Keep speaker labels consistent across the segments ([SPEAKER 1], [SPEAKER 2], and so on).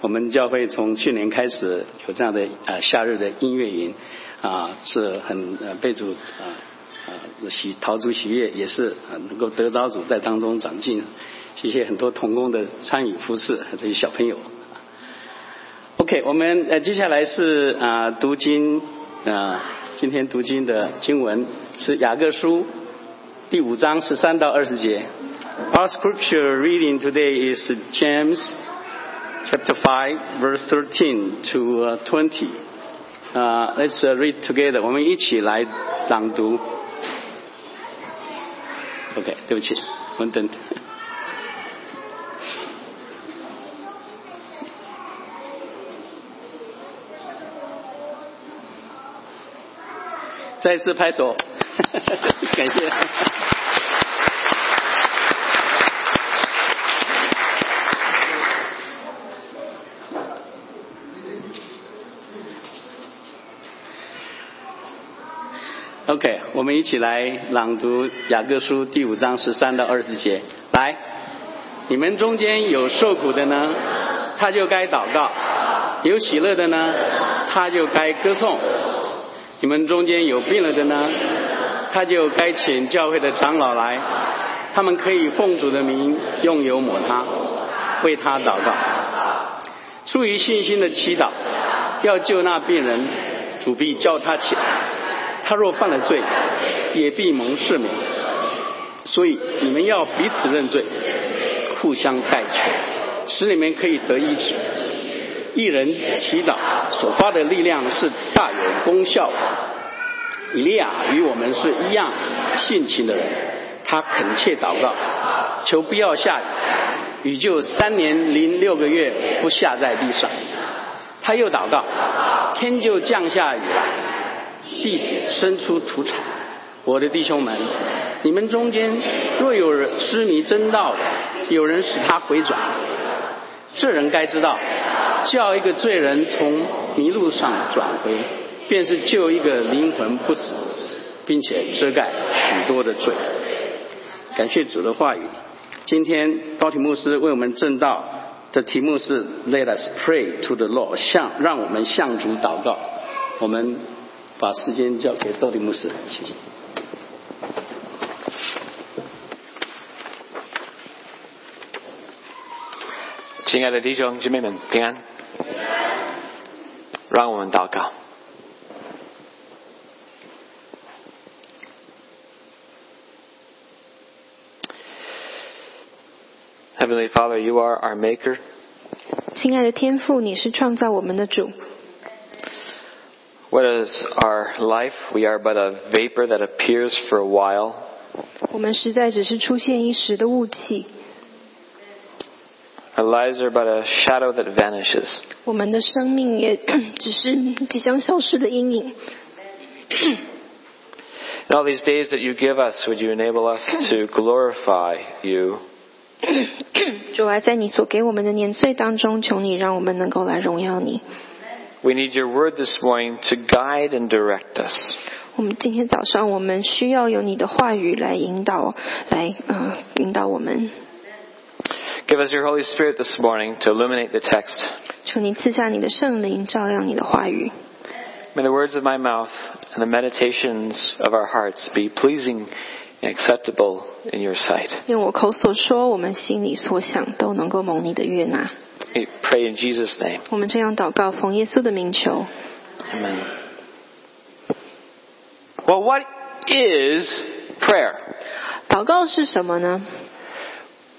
[SPEAKER 1] 我们教会从去年开始有这样的呃夏日的音乐营，啊、是很呃被主啊啊、喜陶主喜悦，也是、啊能够得着主在当中长进。谢谢很多童工的参与服侍，这些小朋友。OK，我们呃接下来是啊、呃读经啊、呃今天读经的经文是雅各书第五章十三到二十节。Our scripture reading today is James chapter five verse thirteen to uh, twenty. Uh, let's uh, read together. 我们一起来朗读。OK，对不起，我们等。再一次拍手， 感谢。OK，我们一起来朗读雅各书第五章十三到二十节。来，你们中间有受苦的呢，他就该祷告；有喜乐的呢，他就该歌颂。你们中间有病了的呢，他就该请教会的长老来，他们可以奉主的名用油抹他，为他祷告。出于信心的祈祷，要救那病人，主必叫他起来。他若犯了罪，也必蒙赦免。所以你们要彼此认罪，互相代求，使你们可以得医治。一人祈祷所发的力量是大有功效的。以利亚与我们是一样性情的人，他恳切祷告，求不要下雨，雨就三年零六个月不下在地上。他又祷告，天就降下雨来，地生出土产。我的弟兄们，你们中间若有人痴迷真道的，有人使他回转，这人该知道，叫一个罪人从迷路上转回，便是救一个灵魂不死，并且遮盖许多的罪。感谢主的话语。今天高体牧师为我们正道的题目是 “Let us pray to the Lord”，向让我们向主祷告。我们把时间交给道体牧师，谢谢。
[SPEAKER 2] 亲爱的弟兄姐妹们，平安！让我们祷告。Heavenly Father, you are our Maker.
[SPEAKER 3] 亲爱的天父，你是创造我们的主。
[SPEAKER 2] What is our life? We are but a vapor that appears for a while.
[SPEAKER 3] 我们实在只是出现一时的雾气，
[SPEAKER 2] Our lives are but a shadow that vanishes.
[SPEAKER 3] 我们的生命也 只是即将消失的阴影。
[SPEAKER 2] And all these days that you give us, would you enable us to glorify you?
[SPEAKER 3] 主啊，在你所给我们的年岁当中，求你让我们能够来荣耀你。
[SPEAKER 2] We need your word this morning to guide and direct us.
[SPEAKER 3] 我们今天早上，我们需要有你的话语来引导，来呃引导我们。
[SPEAKER 2] Give us your Holy Spirit this morning to illuminate the text.
[SPEAKER 3] 求你赐下你的圣灵，照亮你的话语。
[SPEAKER 2] May the words of my mouth and the meditations of our hearts be pleasing and acceptable in your sight.
[SPEAKER 3] 愿我口所说，我们心里所想，都能够蒙你的悦纳。
[SPEAKER 2] We pray in Jesus' name.
[SPEAKER 3] 我们这样祷告，奉耶稣的名求。
[SPEAKER 2] Amen. Well, what is prayer?
[SPEAKER 3] 祷告是什么呢？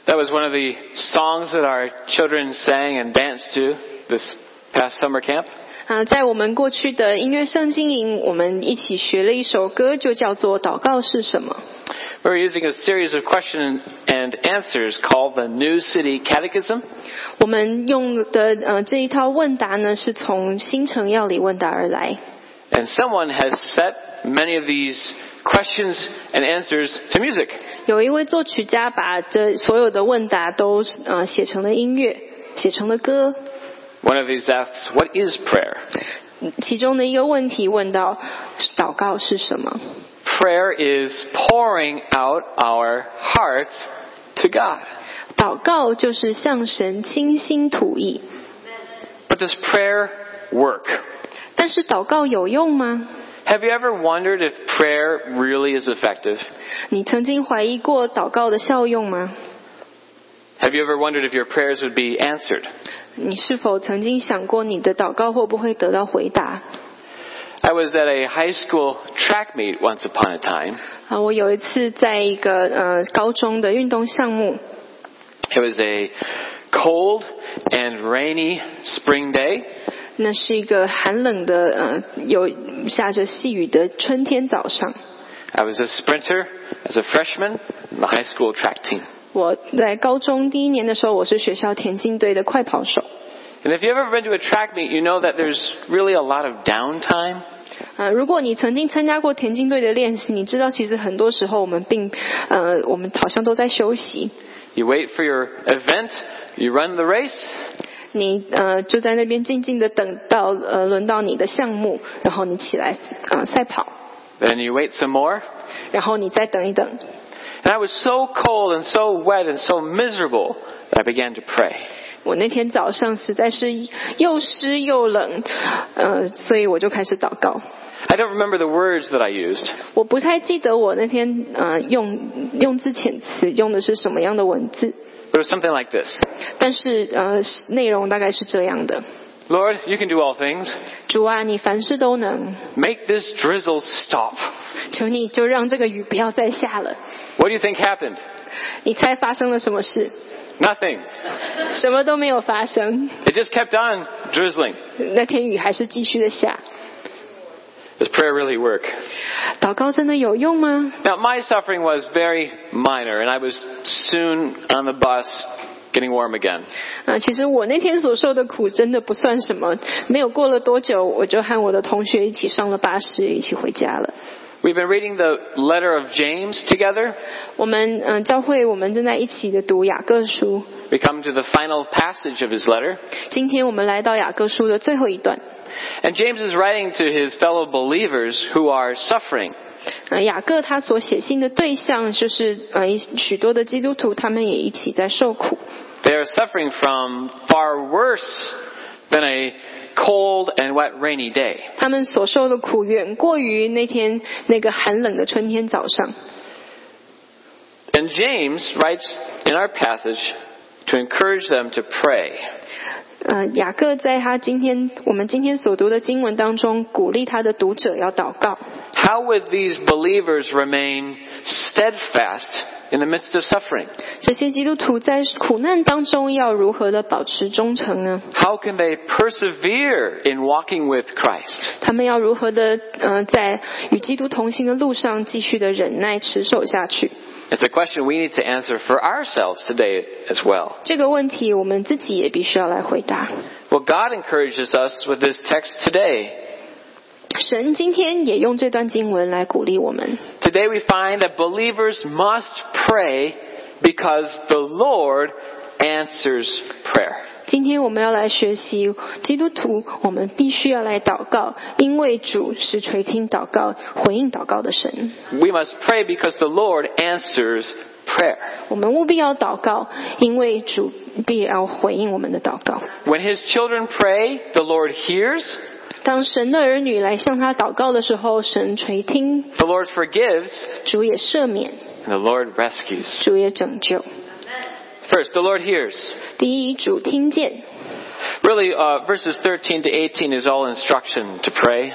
[SPEAKER 2] That was one of the songs that our children sang and danced to this past summer camp.
[SPEAKER 3] 啊，在我们过去的音乐圣经营，我们一起学了一首歌，就叫做《祷告是什么》。
[SPEAKER 2] We were using a series of questions and answers called the New City Catechism.
[SPEAKER 3] 我们用的呃这一套问答呢，是从新城要理问答而来。
[SPEAKER 2] And someone has set many of these questions and answers to music.
[SPEAKER 3] 有一位作曲家把这所有的问答都呃写成了音乐，写成了歌。
[SPEAKER 2] One of these asks, What is prayer?
[SPEAKER 3] 其中的一个问题问到：祷告是什么？
[SPEAKER 2] Prayer is pouring out our hearts to God.
[SPEAKER 3] 祷告就是向神倾心吐意。
[SPEAKER 2] But does prayer work?
[SPEAKER 3] 但是祷告有用吗？
[SPEAKER 2] Have you ever wondered if prayer really is effective?
[SPEAKER 3] 你曾经怀疑过祷告的效用吗？
[SPEAKER 2] Have you ever wondered if your prayers would be answered?
[SPEAKER 3] 你是否曾经想过你的祷告会不会得到回答？
[SPEAKER 2] I was at a high school track meet once upon a time.
[SPEAKER 3] 啊，我有一次在一个呃高中的运动项目，
[SPEAKER 2] It was a cold and rainy spring day,
[SPEAKER 3] 那是一个寒冷的呃有下着细雨的春天早上，
[SPEAKER 2] I was a sprinter as a freshman in the high school track team.
[SPEAKER 3] 我在高中第一年的时候，我是学校田径队的快跑手。
[SPEAKER 2] And if you've ever been to a track meet, you know that there's really a lot of downtime.
[SPEAKER 3] 呃，如果你曾经参加过田径队的练习，你知道其实很多时候我们并呃，我们好像都在休息。
[SPEAKER 2] You wait for your event, you run the race,
[SPEAKER 3] 你呃就在那边静静的等到呃轮到你的项目，然后你起来呃赛跑，
[SPEAKER 2] then you wait some more.
[SPEAKER 3] 然后你再等一等。
[SPEAKER 2] And I was so cold and so wet and so miserable that I began to pray.
[SPEAKER 3] 我那天早上实在是又湿又冷，呃，所以我就开始祷告。
[SPEAKER 2] I don't remember the words that I used,
[SPEAKER 3] 我不太记得我那天呃用用字遣词用的是什么样的文字，
[SPEAKER 2] but it was something like this
[SPEAKER 3] 但是呃是内容大概是这样的：
[SPEAKER 2] Lord, you can do all things.
[SPEAKER 3] 主啊，你凡事都能，
[SPEAKER 2] Make this drizzle stop.
[SPEAKER 3] 求你就让这个雨不要再下了。
[SPEAKER 2] What do you think happened?
[SPEAKER 3] 你猜发生了什么事？
[SPEAKER 2] Nothing.
[SPEAKER 3] 什么都没有发生，
[SPEAKER 2] It just kept on drizzling.
[SPEAKER 3] 那天雨还是继续的下。
[SPEAKER 2] Does prayer really work?
[SPEAKER 3] 祷告真的有用吗？
[SPEAKER 2] Now, my suffering was very minor, and I was soon on the bus getting warm again.
[SPEAKER 3] 啊，其实我那天所受的苦真的不算什么，没有过了多久，我就和我的同学一起上了巴士，一起回家了。
[SPEAKER 2] We've been reading the letter of James together.
[SPEAKER 3] 我们嗯、呃教会我们正在一起的读雅各书，
[SPEAKER 2] We come to the final passage of his letter.
[SPEAKER 3] 今天我们来到雅各书的最后一段。
[SPEAKER 2] And James is writing to his fellow believers who are suffering.
[SPEAKER 3] 呃，雅各他所写信的对象就是呃一许多的基督徒，他们也一起在受苦。
[SPEAKER 2] They are suffering from far worse than a cold and wet rainy day.
[SPEAKER 3] 他们所受的苦远过于那天那个寒冷的春天早上。
[SPEAKER 2] And James writes in our passage to encourage them to pray.
[SPEAKER 3] 呃，雅各在他今天我们今天所读的经文当中，鼓励他的读者要祷告。
[SPEAKER 2] How would these believers remain steadfast in the midst of suffering?
[SPEAKER 3] 这些基督徒在苦难当中要如何的保持忠诚呢？
[SPEAKER 2] How can they persevere in walking with Christ?
[SPEAKER 3] 他们要如何的呃，在与基督同行的路上继续的忍耐持守下去？
[SPEAKER 2] It's a question we need to answer for ourselves today as well.
[SPEAKER 3] 这个问题我们自己也必须要来回答。
[SPEAKER 2] Well, God encourages us with this text today.
[SPEAKER 3] 神今天也用这段经文来鼓励我们。
[SPEAKER 2] Today we find that believers must pray because the Lord answers prayer.
[SPEAKER 3] 今天我们要来学习基督徒，我们必须要来祷告，因为主是垂听祷告、回应祷告的神。
[SPEAKER 2] We must pray because the Lord answers prayer.
[SPEAKER 3] 我们务必要祷告，因为主必要回应我们的祷告。
[SPEAKER 2] When his children pray, the Lord hears,
[SPEAKER 3] 当神的儿女来向他祷告的时候，神垂听，
[SPEAKER 2] the Lord forgives,
[SPEAKER 3] 主也赦免，
[SPEAKER 2] and the Lord rescues.
[SPEAKER 3] 主也拯救。
[SPEAKER 2] First, the Lord hears.
[SPEAKER 3] 第一，主听见。
[SPEAKER 2] Really, uh, verses 13 to 18 is all instruction to pray.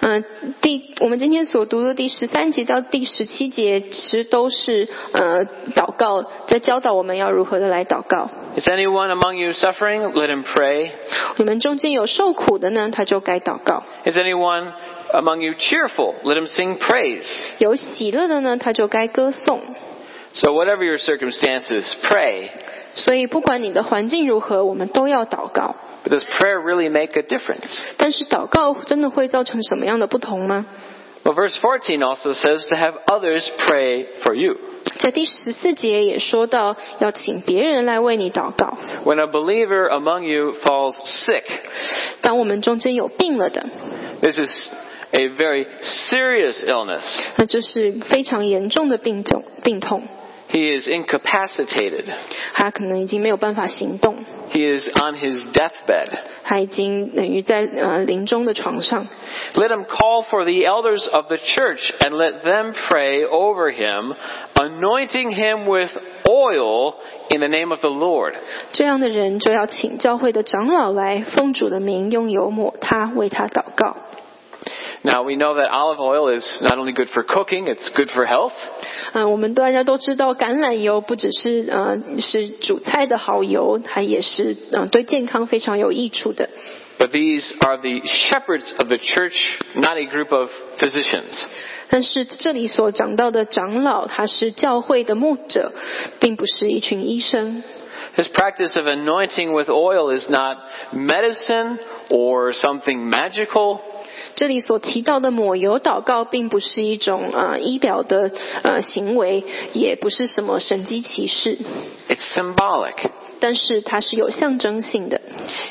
[SPEAKER 3] 嗯、第我们今天所读的第十三节到第十七节，其实都是呃祷告，在教导我们要如何的来祷告。
[SPEAKER 2] Is anyone among you suffering? Let him pray.
[SPEAKER 3] 你们中间有受苦的呢，他就该祷告；
[SPEAKER 2] Is anyone among you cheerful? Let him sing praise.
[SPEAKER 3] 有喜乐的呢，他就该歌颂。
[SPEAKER 2] So, whatever your circumstances, pray.
[SPEAKER 3] 所以，不管你的环境如何，我们都要祷告。
[SPEAKER 2] But does prayer really make a difference?
[SPEAKER 3] 但是，祷告真的会造成什么样的不同吗？
[SPEAKER 2] Well, verse 14 also says to have others pray for you.
[SPEAKER 3] 在第十四节也说到，要请别人来为你祷告。
[SPEAKER 2] When a believer among you falls sick,
[SPEAKER 3] 当我们中间有病了的，
[SPEAKER 2] this is a very serious illness.
[SPEAKER 3] 那这是非常严重的病痛，病痛，
[SPEAKER 2] He is incapacitated.
[SPEAKER 3] 他可能已经没有办法行动，
[SPEAKER 2] He is on his deathbed.
[SPEAKER 3] 他已经等于在呃临终的床上。
[SPEAKER 2] Let him call for the elders of the church and let them pray over him, anointing him with oil in the name of the Lord.
[SPEAKER 3] 这样的人就要请教会的长老来，奉主的名用油抹他，为他祷告。
[SPEAKER 2] Now we know that olive oil is not only good for cooking, it's good for health.
[SPEAKER 3] 嗯，我们大家都知道，橄榄油不只是呃是煮菜的好油，它也是嗯、呃、对健康非常有益处的。
[SPEAKER 2] But these are the shepherds of the church, not a group of physicians.
[SPEAKER 3] 但是这里所讲到的长老，他是教会的牧者，并不是一群医生。
[SPEAKER 2] This practice of anointing with oil is not medicine or something magical.
[SPEAKER 3] 这里所提到的抹油祷告，并不是一种呃医疗的呃行为，也不是什么神机骑士，
[SPEAKER 2] It's symbolic.
[SPEAKER 3] 但是它是有象征性的，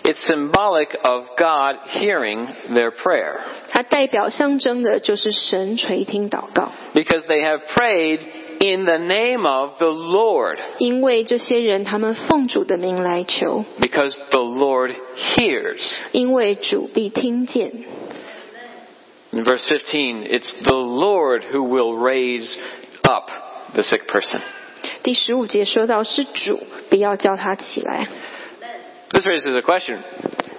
[SPEAKER 2] It's symbolic of God hearing their prayer
[SPEAKER 3] 它代表象征的就是神垂听祷告，
[SPEAKER 2] because they have prayed in the name of the Lord
[SPEAKER 3] 因为这些人他们奉主的名来求，
[SPEAKER 2] because the Lord hears.
[SPEAKER 3] 因为主必听见。
[SPEAKER 2] In verse 15, it's the Lord who will raise up the sick person.
[SPEAKER 3] 第十五节说到是主，不要叫他起来。
[SPEAKER 2] This raises a question.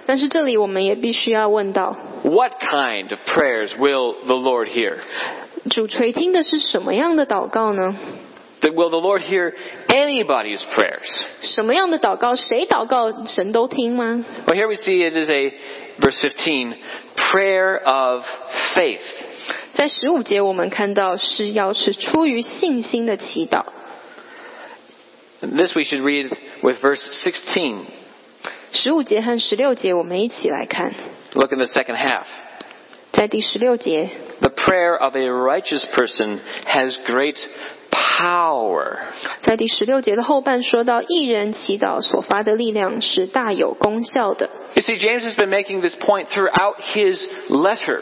[SPEAKER 3] 但是这里我们也必须要问到，
[SPEAKER 2] What kind of prayers will the Lord hear?
[SPEAKER 3] 主垂听的是什么样的祷告呢？
[SPEAKER 2] That will the Lord hear anybody's prayers?
[SPEAKER 3] 什么样的祷告，谁祷告神都听吗？
[SPEAKER 2] Well, here we see it is a, verse 15, prayer of faith.
[SPEAKER 3] 在十五节，我们看到是要是出于信心的祈祷。
[SPEAKER 2] This we should read with verse 16.
[SPEAKER 3] 十五节和十六节，我们一起来看。
[SPEAKER 2] Look in the second half.
[SPEAKER 3] 在第十六节，
[SPEAKER 2] The prayer of a righteous person has great power.
[SPEAKER 3] 在第十六节的后半说到，一人祈祷所发的力量是大有功效的。
[SPEAKER 2] You see, James has been making this point throughout his letter.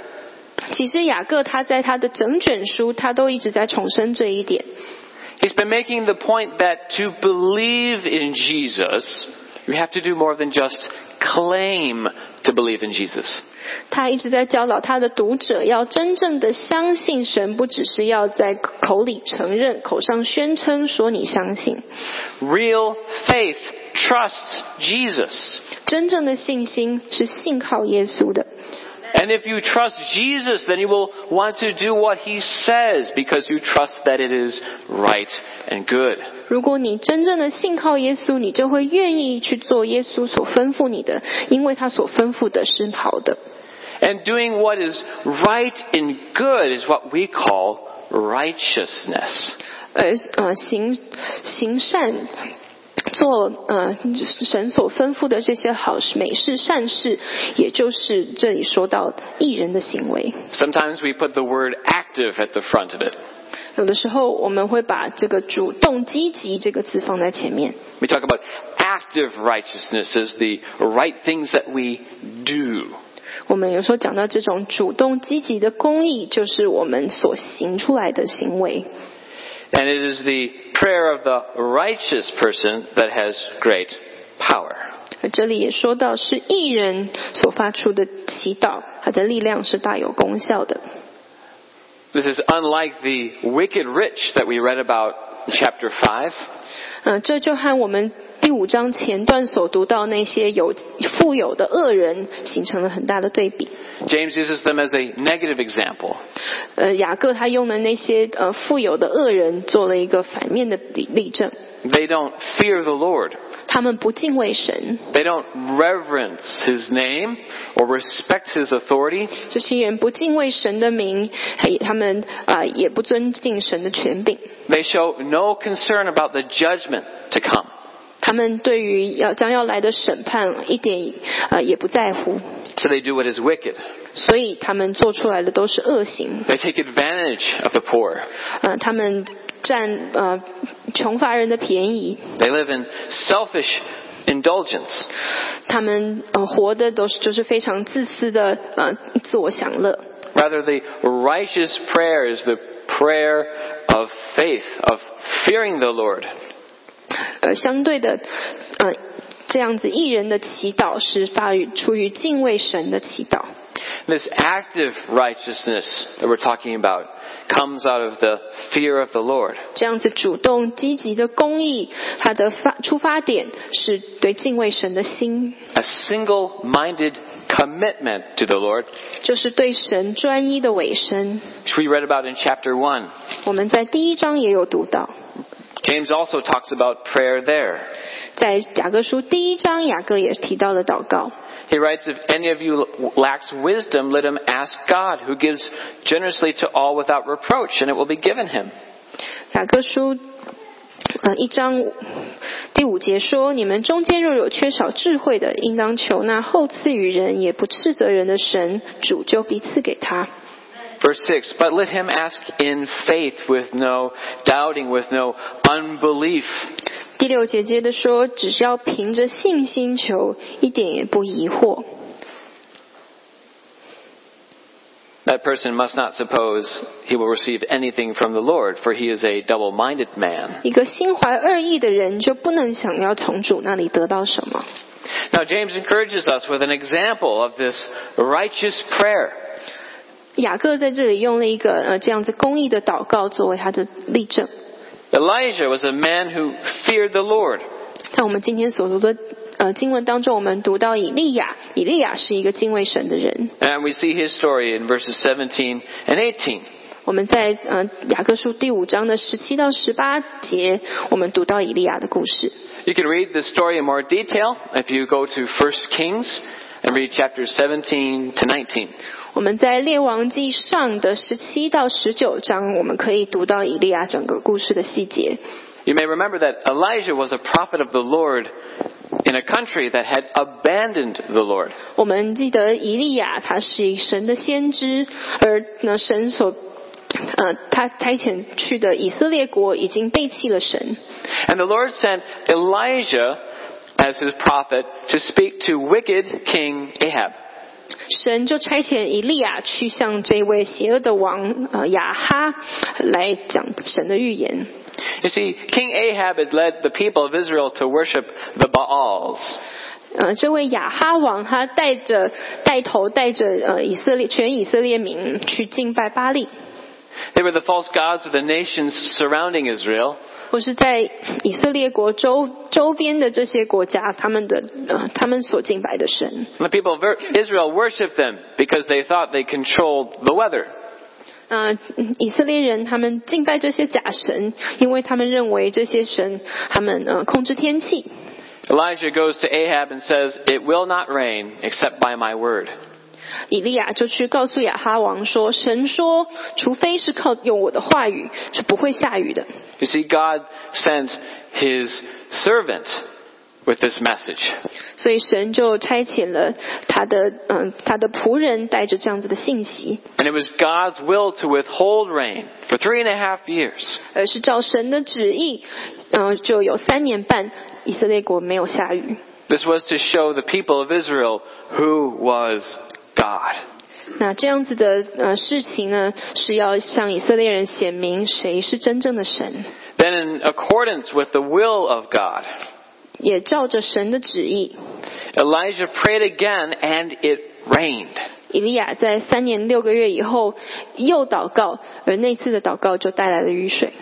[SPEAKER 3] 其实雅各他在他的整卷书，他都一直在重申这一点。
[SPEAKER 2] He's been making the point that to believe in Jesus, you have to do more than just claim to believe in Jesus.
[SPEAKER 3] 他一直在教导他的读者要真正的相信神，不只是要在口里承认、口上宣称说你相信。
[SPEAKER 2] Real faith trusts Jesus.
[SPEAKER 3] 真正的信心是信靠耶稣的。
[SPEAKER 2] And if you trust Jesus, then you will want to do what he says because you trust that it is right and good.
[SPEAKER 3] 如果你真正的信靠耶稣，你就会愿意去做耶稣所吩咐你的，因为他所吩咐的是好的。
[SPEAKER 2] And doing what is right and good is what we call righteousness.
[SPEAKER 3] 而呃行行善，做呃神所吩咐的这些好事、美事、善事，也就是这里说到艺人的行为。
[SPEAKER 2] Sometimes we put the word active at the front of it.
[SPEAKER 3] 有的时候我们会把这个主动、积极这个字放在前面。
[SPEAKER 2] We talk about active righteousness as the right things that we do.
[SPEAKER 3] 我们有时候讲到这种主动积极的公益，就是我们所行出来的行为。
[SPEAKER 2] And it is the prayer of the righteous person that has great power.
[SPEAKER 3] 而这里也说到是艺人所发出的祈祷，它的力量是大有功效的。
[SPEAKER 2] This is unlike the wicked rich that we read about in chapter 5.
[SPEAKER 3] 嗯、这就和我们第五章前段所读到那些有富有的恶人形成了很大的对比。
[SPEAKER 2] James uses them as a negative example.
[SPEAKER 3] 呃，雅各他用的那些呃富有的恶人做了一个反面的例例证，
[SPEAKER 2] They don't fear the Lord.
[SPEAKER 3] 他们不敬畏神，
[SPEAKER 2] They don't reverence his name or respect his authority.
[SPEAKER 3] 这些人不敬畏神的名，还他们啊、呃也不尊敬神的权柄，
[SPEAKER 2] They show no concern about the judgment to come.
[SPEAKER 3] 他们对于要将要来的审判一点呃也不在乎，
[SPEAKER 2] So they do what is wicked.
[SPEAKER 3] 所以他们做出来的都是恶行，
[SPEAKER 2] They take advantage of the poor.
[SPEAKER 3] 呃，他们占呃穷乏人的便宜，
[SPEAKER 2] They live in selfish indulgence.
[SPEAKER 3] 他们呃活的都是就是非常自私的呃自我享乐。
[SPEAKER 2] Rather, the righteous prayer is the prayer of faith, of fearing the Lord.
[SPEAKER 3] 呃，相对的，呃，这样子艺人的祈祷是发于出于敬畏神的祈祷。
[SPEAKER 2] This active righteousness that we're talking about comes out of the fear of the Lord.
[SPEAKER 3] 这样子主动积极的公益，它的发出发点是对敬畏神的心，
[SPEAKER 2] A single minded commitment to the Lord,
[SPEAKER 3] 就是对神专一的委身。
[SPEAKER 2] which we read about in chapter 1.
[SPEAKER 3] 我们在第一章也有读到，
[SPEAKER 2] James also talks about prayer there.
[SPEAKER 3] 在雅各书第一章，雅各也提到了祷告。
[SPEAKER 2] He writes, If any of you lacks wisdom, let him ask God, who gives generously to all without reproach, and it will be given him.
[SPEAKER 3] 雅各书呃一章五第五节说：“你们中间若有缺少智慧的，应当求那后赐予人也不斥责人的神，主就必赐给他。
[SPEAKER 2] Verse 6 But let him ask in faith with no doubting, with no unbelief. ”
[SPEAKER 3] 第六节接着说：“只是要凭着信心求，一点也不疑惑。
[SPEAKER 2] That person must not suppose he will receive anything from the Lord, for he is a double minded man.
[SPEAKER 3] 一个心怀恶意的人，就不能想要从主那里得到什么。”
[SPEAKER 2] Now, James encourages us with an example of this righteous prayer.
[SPEAKER 3] 雅各在这里用了一个呃这样子公益的祷告作为他的例证。
[SPEAKER 2] Elijah was a man who feared the Lord.
[SPEAKER 3] 在我们今天所读的呃经文当中，我们读到以利亚，以利亚是一个敬畏神的人。
[SPEAKER 2] And we see his story in verses 17 and 18.
[SPEAKER 3] 我们在呃雅各书第五章的十七到十八节，我们读到以利亚的故事。
[SPEAKER 2] You can read the story in more detail if you go to 1 Kings and read chapters 17 to 19.
[SPEAKER 3] 我们在列王记上的十七到十九章，我们可以读到以利亚整个故事的细节。
[SPEAKER 2] You may remember that Elijah was a prophet of the Lord in a country that had abandoned the Lord.
[SPEAKER 3] 我们记得以利亚他是神的先知，而呢神所呃他差遣去的以色列国已经背弃了神。
[SPEAKER 2] And the Lord sent Elijah as his prophet to speak to wicked King Ahab.
[SPEAKER 3] 神就差遣以利亚去向这位邪恶的王呃亚哈来讲神的预言。
[SPEAKER 2] You see, King Ahab had led the people of Israel to worship the Baals.
[SPEAKER 3] 呃，这位亚哈王他带着带头带着呃以色列全以色列民去敬拜巴利，
[SPEAKER 2] They were the false gods of the nations surrounding Israel.
[SPEAKER 3] 或是在以色列国周周边的这些国家，他们的呃他们所敬拜的神。
[SPEAKER 2] And the people of Ver- Israel worshiped them because they thought they controlled the weather.
[SPEAKER 3] 呃，以色列人他们敬拜这些假神，因为他们认为这些神他们呃控制天气。
[SPEAKER 2] Elijah goes to Ahab and says, It will not rain except by my word.
[SPEAKER 3] 以利亚就去告诉亚哈王说：“神说，除非是靠用我的话语，是不会下雨的。
[SPEAKER 2] You see, God sent his servant with this message. ”
[SPEAKER 3] 所以神就差遣了他的嗯他的仆人带着这样子的信息，
[SPEAKER 2] And it was God's will to withhold rain for three and a half years.
[SPEAKER 3] 而是照神的旨意，嗯、就有三年半以色列国没有下雨。
[SPEAKER 2] This was to show the people of Israel who was God.
[SPEAKER 3] 那这样子的呃事情呢，是要向以色列人显明谁是真正的神，
[SPEAKER 2] Then, in accordance with the will of God,
[SPEAKER 3] 也照着神的旨意。
[SPEAKER 2] Elijah prayed again and it rained.
[SPEAKER 3] 以利亚在三年六个月以后又祷告，而那次的祷告就带来了雨水。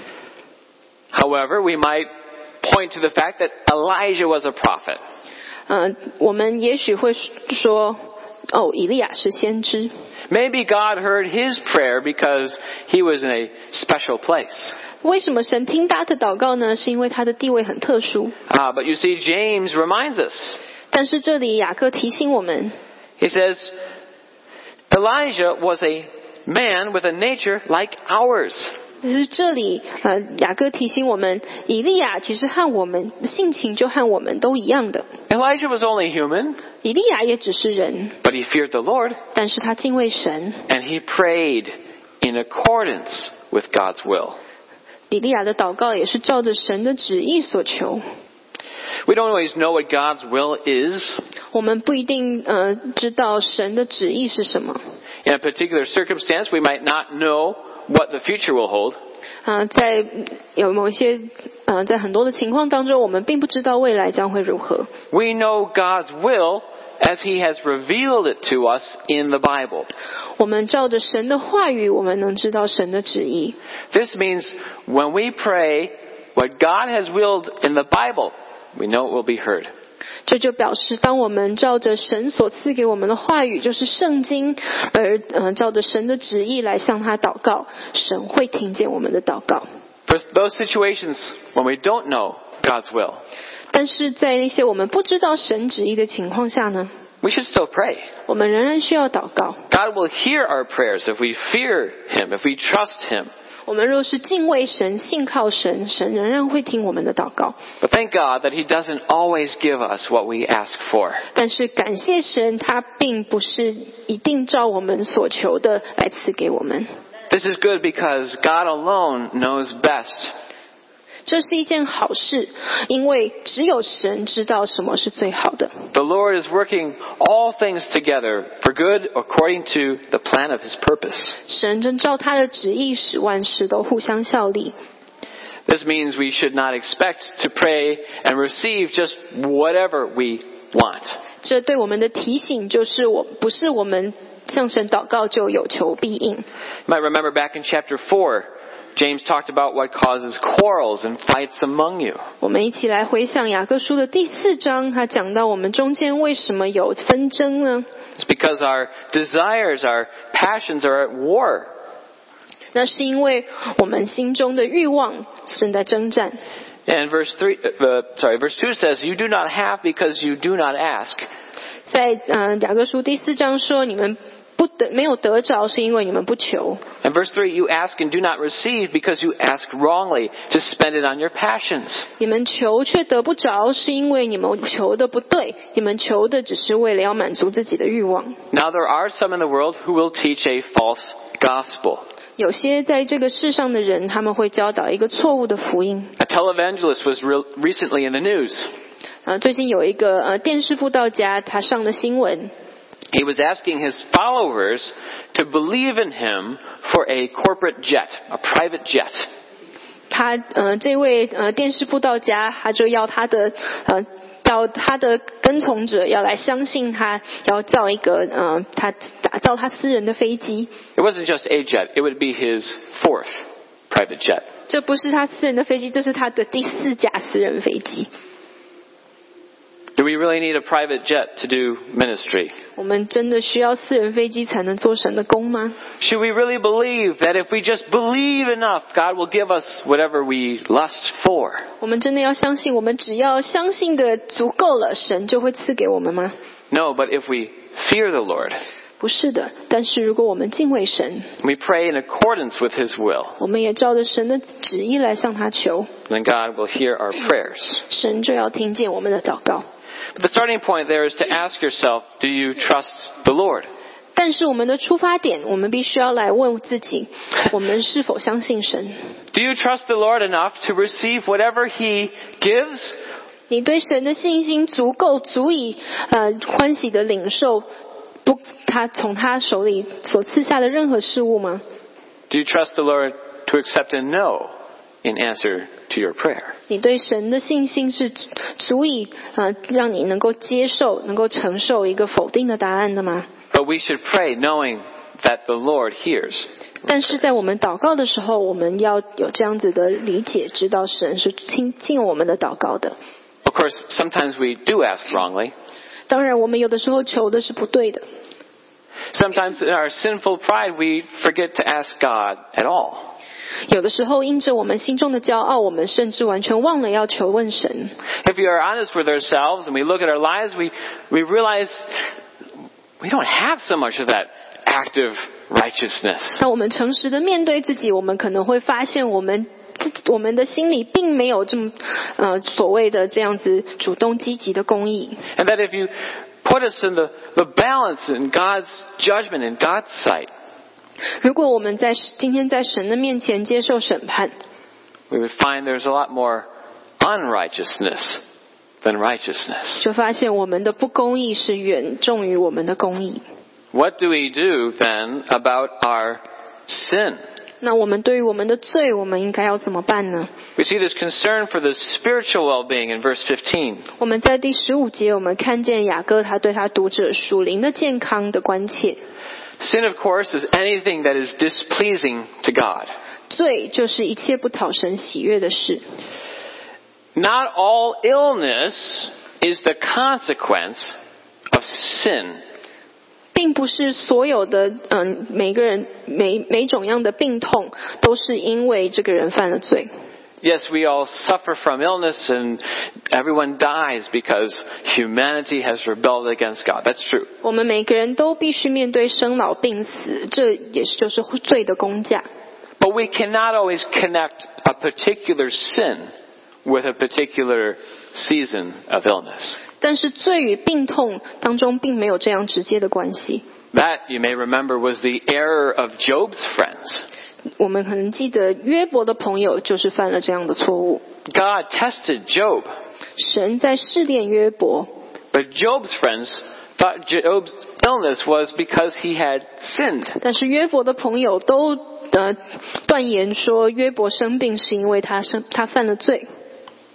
[SPEAKER 2] However, we might point to the fact that Elijah was a prophet.
[SPEAKER 3] 呃，我们也许会说，哦，以利亚是先知。
[SPEAKER 2] Maybe God heard his prayer because he was in a special place.
[SPEAKER 3] 为什么神听他的祷告呢？是因为他的地位很特殊。
[SPEAKER 2] Ah, but you see, James reminds us.
[SPEAKER 3] 但是这里雅各提醒我们，
[SPEAKER 2] He says, Elijah was a man with a nature like ours.
[SPEAKER 3] 就是这里呃，雅各提醒我们，以利亚其实和我们性情就和我们都一样的。
[SPEAKER 2] Elijah was only human,
[SPEAKER 3] 以利亚也只是人，
[SPEAKER 2] but he feared the Lord
[SPEAKER 3] 但是他敬畏神。
[SPEAKER 2] and he prayed in accordance with God's will.
[SPEAKER 3] 以利亚的祷告也是照着神的旨意所求。
[SPEAKER 2] We don't always know what God's will is
[SPEAKER 3] 我们不一定呃知道神的旨意是什么。
[SPEAKER 2] in a particular circumstance. We might not know what the future will hold.
[SPEAKER 3] 啊啊、在有某一些嗯、呃，在很多的情况当中，我们并不知道未来将会如何。
[SPEAKER 2] We know God's will as He has revealed it to us in the Bible.
[SPEAKER 3] 我们照着神的话语，我们能知道神的旨意。
[SPEAKER 2] This means when we pray what God has willed in the Bible, we know it will be heard.
[SPEAKER 3] 这就表示，当我们照着神所赐给我们的话语，就是圣经，而嗯、呃，照着神的旨意来向他祷告，神会听见我们的祷告。
[SPEAKER 2] For those situations when we don't know God's will,
[SPEAKER 3] 但是在一些我们不知道神旨意的情况下呢，
[SPEAKER 2] we should still pray.
[SPEAKER 3] 我们仍然需要祷告。
[SPEAKER 2] God will hear our prayers if we fear Him, if we trust Him.
[SPEAKER 3] 我们若是敬畏神、信靠神，神仍然会听我们的祷告。
[SPEAKER 2] But thank God that He doesn't always give us what we ask for.
[SPEAKER 3] 但是感谢神，他并不是一定照我们所求的来赐给我们。
[SPEAKER 2] This is good because God alone knows best.
[SPEAKER 3] 这是一件好事，因为只有神知道什么是最好的。
[SPEAKER 2] The Lord is working all things together for good according to the plan of His purpose.
[SPEAKER 3] 神正照他的旨意使万事都互相效力。
[SPEAKER 2] This means we should not expect to pray and receive just whatever we want.
[SPEAKER 3] 这对我们的提醒就是我，不是我们向神祷告就有求必应。
[SPEAKER 2] You might remember back in chapter 4, James talked about what causes quarrels and fights among you.
[SPEAKER 3] 我们一起来回想雅各书的第四章，他讲到我们中间为什么有纷争呢？
[SPEAKER 2] It's because our desires, our passions are at war.
[SPEAKER 3] 那是因为我们心中的欲望正在征战。
[SPEAKER 2] And verse 3, uh, uh, sorry, verse 2 says, You do not have because you do not ask.
[SPEAKER 3] 在嗯雅各书第四章说，你们不得没有得着，是因为你们不求。
[SPEAKER 2] And verse 3, you ask and do not receive because you ask wrongly to spend it on your passions.
[SPEAKER 3] 你们求却得不着，是因为你们求的不对。你们求的只是为了要满足自己的欲望。
[SPEAKER 2] Now there are some in the world who will teach a false gospel.
[SPEAKER 3] 有些在这个世上的人，他们会教导一个错误的福音。
[SPEAKER 2] A televangelist was re- recently in the news.
[SPEAKER 3] 呃，最近有一个呃电视布道家，他上了新闻，
[SPEAKER 2] He was asking his followers to believe in him for a corporate jet, a private jet.
[SPEAKER 3] 他呃这位呃电视布道家，他就要他的呃要他的跟从者要来相信他，要造一个呃他打造他私人的飞机。
[SPEAKER 2] It wasn't just a jet, it would be his fourth private jet.
[SPEAKER 3] 这不是他私人的飞机，这是他的第四架私人飞机。
[SPEAKER 2] Do we really need a private jet to do ministry?
[SPEAKER 3] 我们真的需要私人飞机才能做神的工吗？
[SPEAKER 2] Should we really believe that if we just believe enough, God will give us whatever we lust for?
[SPEAKER 3] 我们真的要相信，我们只要相信的足够了，神就会赐给我们吗？
[SPEAKER 2] No, but if we fear the Lord,
[SPEAKER 3] 不是的。但是如果我们敬畏神，
[SPEAKER 2] we pray in accordance with His will,
[SPEAKER 3] 我们也照着神的旨意来向他求，
[SPEAKER 2] then God will hear our prayers.
[SPEAKER 3] 神就要听见我们的祷告。
[SPEAKER 2] But the starting point there is to ask yourself, do you trust the Lord?
[SPEAKER 3] 但是我们的出发点，我们必须要来问自己：我们是否相信神？
[SPEAKER 2] Do you trust the Lord enough to receive whatever He gives?
[SPEAKER 3] 你对神的信心足够，足以呃欢喜的领受不他从他手里所赐下的任何事物吗？
[SPEAKER 2] Do you trust the Lord to accept a no in answer to your prayer?
[SPEAKER 3] 你对神的信心是足足以呃让你能够接受、能够承受一个否定的答案的吗？
[SPEAKER 2] But we should pray knowing that the Lord hears.
[SPEAKER 3] 但是在我们祷告的时候，我们要有这样子的理解，知道神是听进我们的祷告的。
[SPEAKER 2] Of course, sometimes we do ask wrongly.
[SPEAKER 3] 当然，我们有的时候求的是不对的，
[SPEAKER 2] Sometimes in our sinful pride, we forget to ask God at all.
[SPEAKER 3] 有的时候因着我们心中的骄傲，我们甚至完全忘了要求问神。
[SPEAKER 2] If we are honest with ourselves and we look at our lives, we, we realize we don't have so much of that active righteousness.
[SPEAKER 3] 当我们诚实的面对自己，我们可能会发现我们。自我们的心里并没有这么，呃，所谓的这样子主动积极的公益。
[SPEAKER 2] And that if you put us in the, the balance in God's judgment, in God's sight,
[SPEAKER 3] 如果我们在今天在神的面前接受审判，
[SPEAKER 2] we would find there's a lot more unrighteousness than righteousness.
[SPEAKER 3] 就发现我们的不公义是远重于我们的公义。
[SPEAKER 2] What do we do then about our sin?
[SPEAKER 3] 那我们对于我们的罪，我们应该要怎么办呢？
[SPEAKER 2] We see this concern for the spiritual well being in verse 15.
[SPEAKER 3] 我们在第十五节，我们看见雅各他对他读者属灵的健康的关切。
[SPEAKER 2] Sin, of course, is anything that is displeasing to God.
[SPEAKER 3] 罪就是一切不讨神喜悦的事，
[SPEAKER 2] Not all illness is the consequence of sin.
[SPEAKER 3] 并不是所有的嗯每个人每每种样的病痛都是因为这个人犯了罪。
[SPEAKER 2] Yes, we all suffer from illness and everyone dies because humanity has rebelled against God. That's true.
[SPEAKER 3] 我们每个人都必须面对生老病死，这也是就是罪的公价。
[SPEAKER 2] But we cannot always connect a particular sin with a particular season of illness.
[SPEAKER 3] 但是罪与病痛当中并没有这样直接的关系。
[SPEAKER 2] That, you may remember, was the error of Job's friends.
[SPEAKER 3] 我们可能记得约伯的朋友就是犯了这样的错误。
[SPEAKER 2] God tested Job,
[SPEAKER 3] 神在试炼约伯，
[SPEAKER 2] but Job's friends thought Job's illness was because he had sinned.
[SPEAKER 3] 但是约伯的朋友都呃断言说约伯生病是因为他生他犯了罪。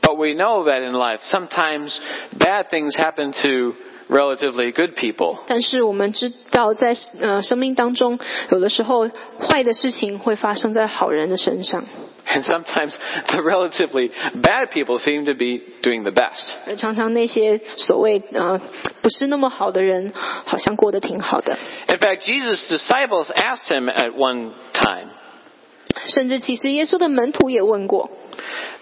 [SPEAKER 2] But we know that in life, sometimes bad things happen to relatively good people.
[SPEAKER 3] 但是我们知道在，呃生命当中，有的时候坏的事情会发生在好人的身上，
[SPEAKER 2] And sometimes the relatively bad people seem to be doing the best.
[SPEAKER 3] 而常常那些所谓呃不是那么好的人，好像过得挺好的。
[SPEAKER 2] In fact, Jesus' disciples asked him at one time,
[SPEAKER 3] 甚至其实耶稣的门徒也问过，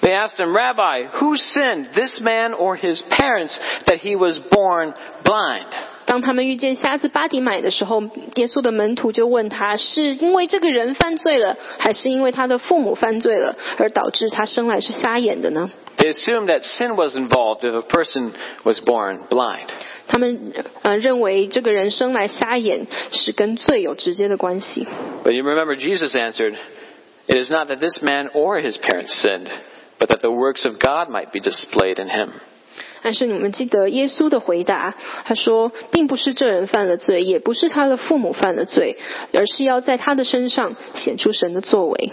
[SPEAKER 2] they asked him, Rabbi, who sinned, this man or his parents, that he was born blind?
[SPEAKER 3] 当他们遇见瞎子巴迪买的时候，耶稣的门徒就问他是因为这个人犯罪了，还是因为他的父母犯罪了，而导致他生来是瞎眼的呢？
[SPEAKER 2] They assumed that sin was involved if a person was born blind.
[SPEAKER 3] 他们呃认为这个人生来瞎眼是跟罪有直接的关系。
[SPEAKER 2] But you remember Jesus answered, It is not that this man or his parents sinned, but that the works of God might be displayed in him.
[SPEAKER 3] 但是你们记得耶稣的回答，他说，并不是这人犯了罪，也不是他的父母犯了罪，而是要在他的身上显出神的作为。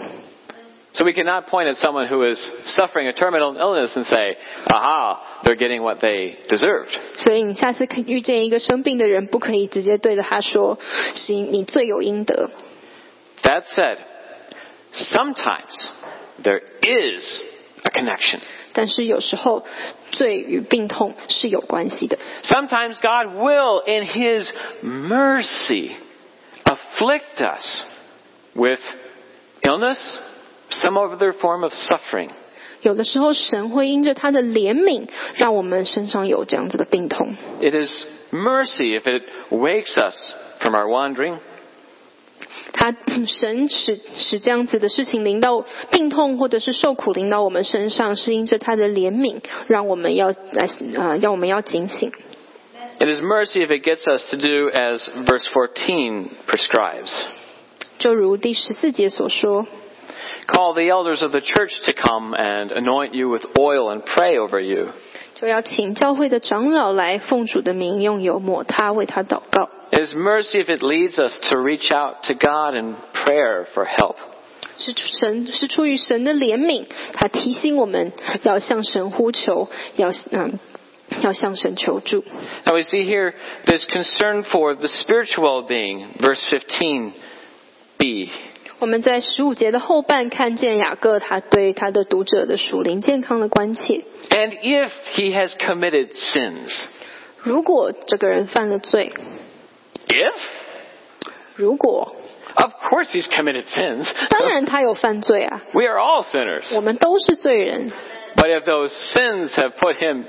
[SPEAKER 2] So we cannot point at someone who is suffering a terminal illness and say, aha, they're getting what they deserved.
[SPEAKER 3] 所以你下次看遇见一个生病的人，不可以直接对着他说，是你罪有应得。
[SPEAKER 2] That said, sometimes there is a connection.
[SPEAKER 3] 但是有时候，罪与病痛是有关系的。
[SPEAKER 2] Sometimes God will, in His mercy, afflict us with illness, some other form of suffering.
[SPEAKER 3] 有的时候，神会因着他的怜悯，让我们身上有这样子的病痛。
[SPEAKER 2] It is mercy if it wakes us from our wandering.
[SPEAKER 3] 他神使使这样子的事情临到病痛或者是受苦临到我们身上，是因着他的怜悯，让我们要来啊，让我们要警醒。
[SPEAKER 2] It is mercy if it gets us to do as verse 14 prescribes.
[SPEAKER 3] 就如第十四节所说，
[SPEAKER 2] Call the elders of the church to come and anoint you with oil and pray over you.
[SPEAKER 3] 就要请教会的长老来奉主的名用油抹他，为他祷告。
[SPEAKER 2] It is mercy if it leads us to reach out to God in prayer for help.
[SPEAKER 3] 是出神是出于神的怜悯，他提醒我们要向神呼求，要嗯要向神求助。
[SPEAKER 2] Now we see here this concern for the spiritual well-being, verse 15b.
[SPEAKER 3] 我们在十五节的后半看见雅各他对他的读者的属灵健康的关切。
[SPEAKER 2] And if he has committed sins.
[SPEAKER 3] 如果这个人犯了罪，
[SPEAKER 2] If?
[SPEAKER 3] 如果
[SPEAKER 2] Of course he's committed sins.
[SPEAKER 3] 当然他有犯罪啊，
[SPEAKER 2] We are all sinners.
[SPEAKER 3] 我们都是罪人。
[SPEAKER 2] But if those sins have put him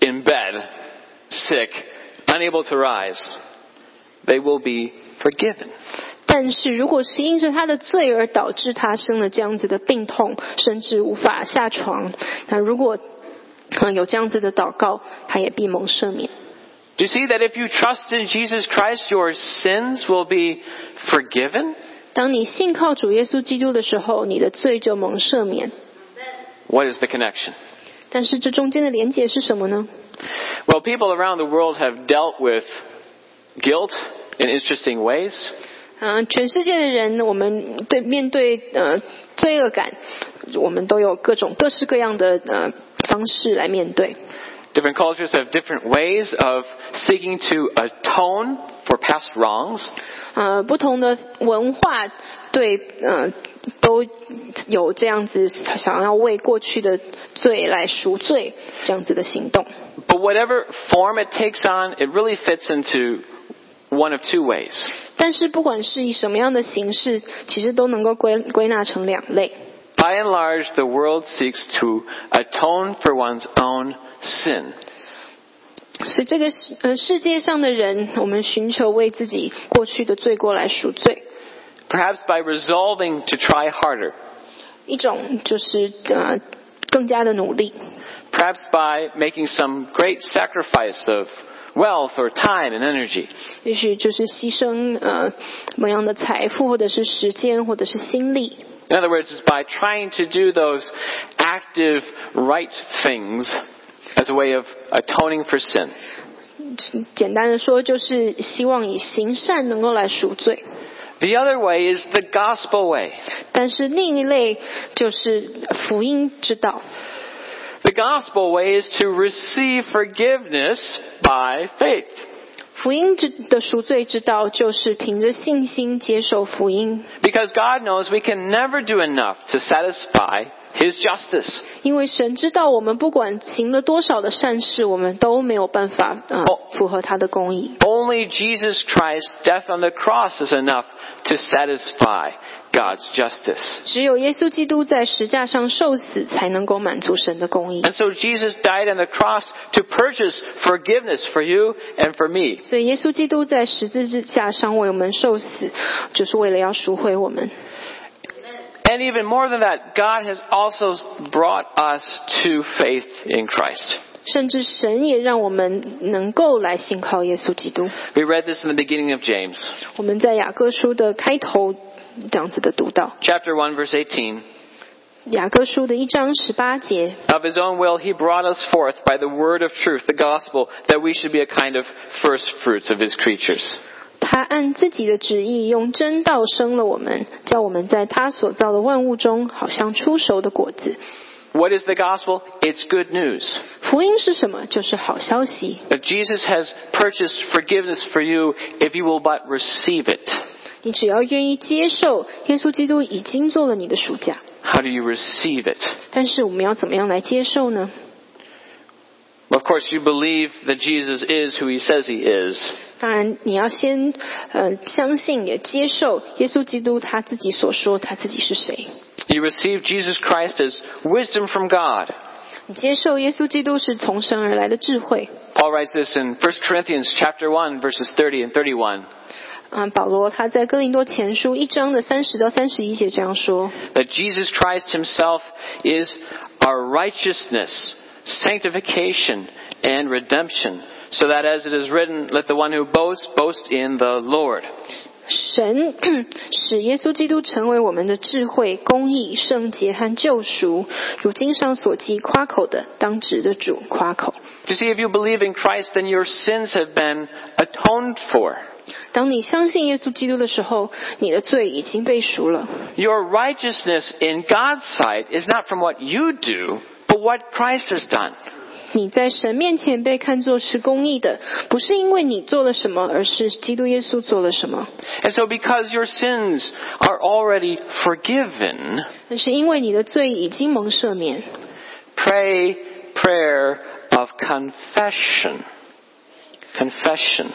[SPEAKER 2] in bed, sick, unable to rise, they will be forgiven.
[SPEAKER 3] 但是如果是因着他的罪而导致他生了这样子的病痛，甚至无法下床，那如果嗯有这样子的祷告，他也必蒙赦免。
[SPEAKER 2] Do you see that if you trust in Jesus Christ, your sins will be forgiven?
[SPEAKER 3] 当你信靠主耶稣基督的时候，你的罪就蒙赦免。
[SPEAKER 2] What is the connection?
[SPEAKER 3] 但是这中间的连结是什么呢？
[SPEAKER 2] Well, people around the world have dealt with guilt in interesting ways.
[SPEAKER 3] 嗯、全世界的人，我们对面对呃罪恶感，我们都有各种各式各样的呃方式来面对。
[SPEAKER 2] Different cultures have different ways of seeking to atone for past wrongs.
[SPEAKER 3] 呃，不同的文化对呃都有这样子想要为过去的罪来赎罪这样子的行动。
[SPEAKER 2] But whatever form it takes on, it really fits into one of two ways.
[SPEAKER 3] 但是不管是以什么样的形式，其实都能够归归纳成两类。
[SPEAKER 2] By and large, the world seeks to atone for one's own sin.
[SPEAKER 3] 所以这个世呃世界上的人，我们寻求为自己过去的罪过来赎罪。
[SPEAKER 2] Perhaps by resolving to try harder.
[SPEAKER 3] 一种就是呃更加的努力，
[SPEAKER 2] Perhaps by making some great sacrifice of wealth or time and energy.
[SPEAKER 3] 也许就是牺牲呃什么样的财富，或者是时间，或者是心力。
[SPEAKER 2] In other words, it's by trying to do those active right things as a way of atoning for sin.
[SPEAKER 3] 简单的说，就是希望以行善能够来赎罪。
[SPEAKER 2] The other way is the gospel way.
[SPEAKER 3] 但是另一类就是福音之道。
[SPEAKER 2] The gospel way is to receive forgiveness by faith.
[SPEAKER 3] 福音之的赎罪之道，就是凭着信心接受福音，
[SPEAKER 2] Because God knows we can never do enough to satisfy His justice.
[SPEAKER 3] 因为神知道我们不管行了多少的善事，我们都没有办法呃
[SPEAKER 2] 哦
[SPEAKER 3] 符合他的公义。
[SPEAKER 2] Only Jesus Christ's death on the cross is enough to satisfy God's justice.
[SPEAKER 3] 只有耶稣基督在十架上受死，才能够满足神的公义。
[SPEAKER 2] And so Jesus died on the cross to purchase forgiveness for you and for me.
[SPEAKER 3] 所以，耶稣基督在十字架上为我们受死，就是为了要赎回我们。
[SPEAKER 2] And even more than that, God has also brought us to faith in Christ.
[SPEAKER 3] 甚至神也让我们能够来信靠耶稣基督。
[SPEAKER 2] We read this in the beginning of James,
[SPEAKER 3] 我们在雅各书的开头这样子的读到，
[SPEAKER 2] chapter 1 verse 18.
[SPEAKER 3] 雅各书的一章十八节，
[SPEAKER 2] Of his own will, he brought us forth by the word of truth, the gospel, that we should be a kind of first fruits of his creatures.
[SPEAKER 3] 他按自己的旨意用真道生了我们，叫我们在他所造的万物中，好像出熟的果子。
[SPEAKER 2] What is the gospel? It's good news.
[SPEAKER 3] 福音是什么？就是好消息。
[SPEAKER 2] That Jesus has purchased forgiveness for you if you will but receive it.
[SPEAKER 3] 你只要愿意接受，耶稣基督已经做了你的暑假。
[SPEAKER 2] How do you receive it?
[SPEAKER 3] 但是我们要怎么样来接受呢？
[SPEAKER 2] Of course, you believe that Jesus is who he says he is.
[SPEAKER 3] 当然，你要先呃相信，也接受耶稣基督他自己所说他自己是谁。
[SPEAKER 2] You receive Jesus Christ as wisdom from God.
[SPEAKER 3] 你接受耶稣基督是从神而来的智慧。
[SPEAKER 2] Paul writes this in 1 Corinthians chapter 1 verses 30 and 31.
[SPEAKER 3] 嗯，保罗他在哥林多前书一章的三十到三十一节这样说：
[SPEAKER 2] that Jesus Christ himself is our righteousness, sanctification, and redemption. So that as it is written, let the one who boasts boast in the Lord.
[SPEAKER 3] 神 使耶稣基督成为我们的智慧、公义、圣洁和救赎。如经上所记，夸口的当指的主夸口。
[SPEAKER 2] You see, if you believe in Christ, then your sins have been atoned for.
[SPEAKER 3] 当你相信耶稣基督的时候，你的罪已经被赎了。
[SPEAKER 2] Your righteousness in God's sight is not from what you do, but what Christ has done.
[SPEAKER 3] 你在神面前被看作是公义的，不是因为你做了什么，而是基督耶稣做了什么。
[SPEAKER 2] And so because your sins are already forgiven,
[SPEAKER 3] 那是因为你的罪已经蒙赦免。
[SPEAKER 2] pray prayer of confession. Confession.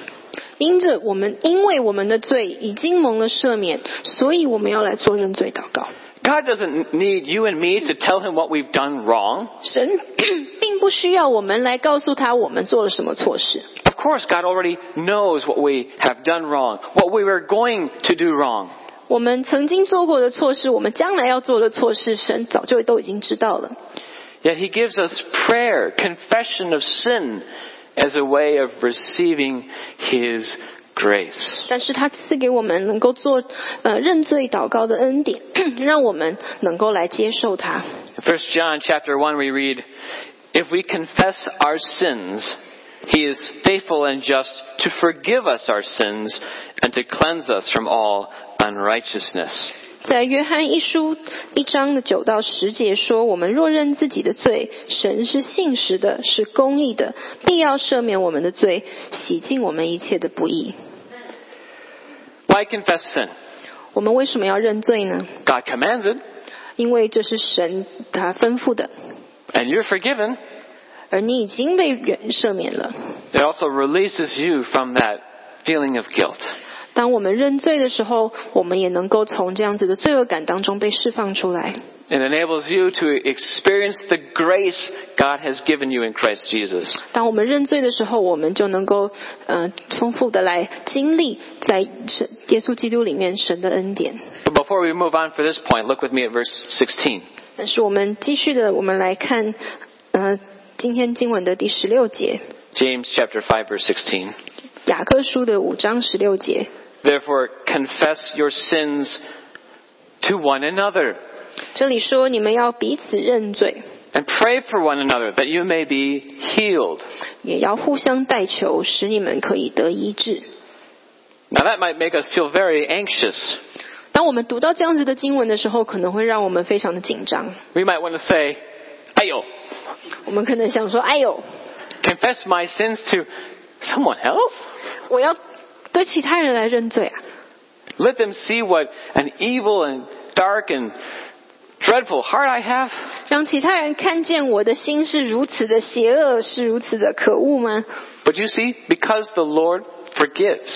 [SPEAKER 3] 因着我们，因为我们的罪已经蒙了赦免，所以我们要来做认罪祷告。
[SPEAKER 2] God doesn't need you and me to tell him what we've done wrong.
[SPEAKER 3] 神 并不需要我们来告诉他我们做了什么错事。
[SPEAKER 2] Of course, God already knows what we have done wrong, what we were going to do wrong.
[SPEAKER 3] 我们曾经做过的错事，我们将来要做的错事，神早就都已经知道了。
[SPEAKER 2] Yet he gives us prayer, confession of sin, as a way of receiving his grace.
[SPEAKER 3] 但是他赐给我们能够做呃认罪祷告的恩典， 让我们能够来接受他。
[SPEAKER 2] In 1 John chapter 1 we read, If we confess our sins, He is faithful and just to forgive us our sins and to cleanse us from all unrighteousness.
[SPEAKER 3] 在约翰一书一章的九到十节说：“我们若认自己的罪，神是信实的，是公义的，必要赦免我们的罪，洗净我们一切的不义。
[SPEAKER 2] Why confess sin? ”
[SPEAKER 3] 我们为什么要认罪呢？
[SPEAKER 2] God commands it,
[SPEAKER 3] 因为这是神他吩咐的，
[SPEAKER 2] and you're forgiven.
[SPEAKER 3] 而你已经被原赦免了。
[SPEAKER 2] It also releases you from that feeling of guilt.
[SPEAKER 3] 当我们认罪的时候，我们也能够从这样子的罪恶感当中被释放出来。
[SPEAKER 2] It enables you to experience the grace God has given you in Christ Jesus.
[SPEAKER 3] 当我们认罪的时候，我们就能够呃丰富的来经历在神耶稣基督里面神的恩典。
[SPEAKER 2] But before we move on for this point, look with me at verse 16.
[SPEAKER 3] 但是我们继续的，我们来看呃今天经文的第十六节，
[SPEAKER 2] James chapter 5 verse 16.
[SPEAKER 3] 雅各书的五章十六节。
[SPEAKER 2] Therefore confess your sins to one another
[SPEAKER 3] 这里说你们要彼此认罪，
[SPEAKER 2] and pray for one another that you may be healed.
[SPEAKER 3] 也要互相代求，使你们可以得医治。
[SPEAKER 2] Now that might make us feel very anxious.
[SPEAKER 3] 当我们读到这样子的经文的时候，可能会让我们非常的紧张。
[SPEAKER 2] We might want to say, "Ayo,
[SPEAKER 3] 我们可能想说：“哎呦，
[SPEAKER 2] confess my sins to someone else?
[SPEAKER 3] 我要对其他人来认罪啊
[SPEAKER 2] Let them see what an evil and dark and dreadful heart I have."
[SPEAKER 3] 让其他人看见我的心是如此的邪恶，是如此的可恶吗？”
[SPEAKER 2] But you see, because the Lord forgives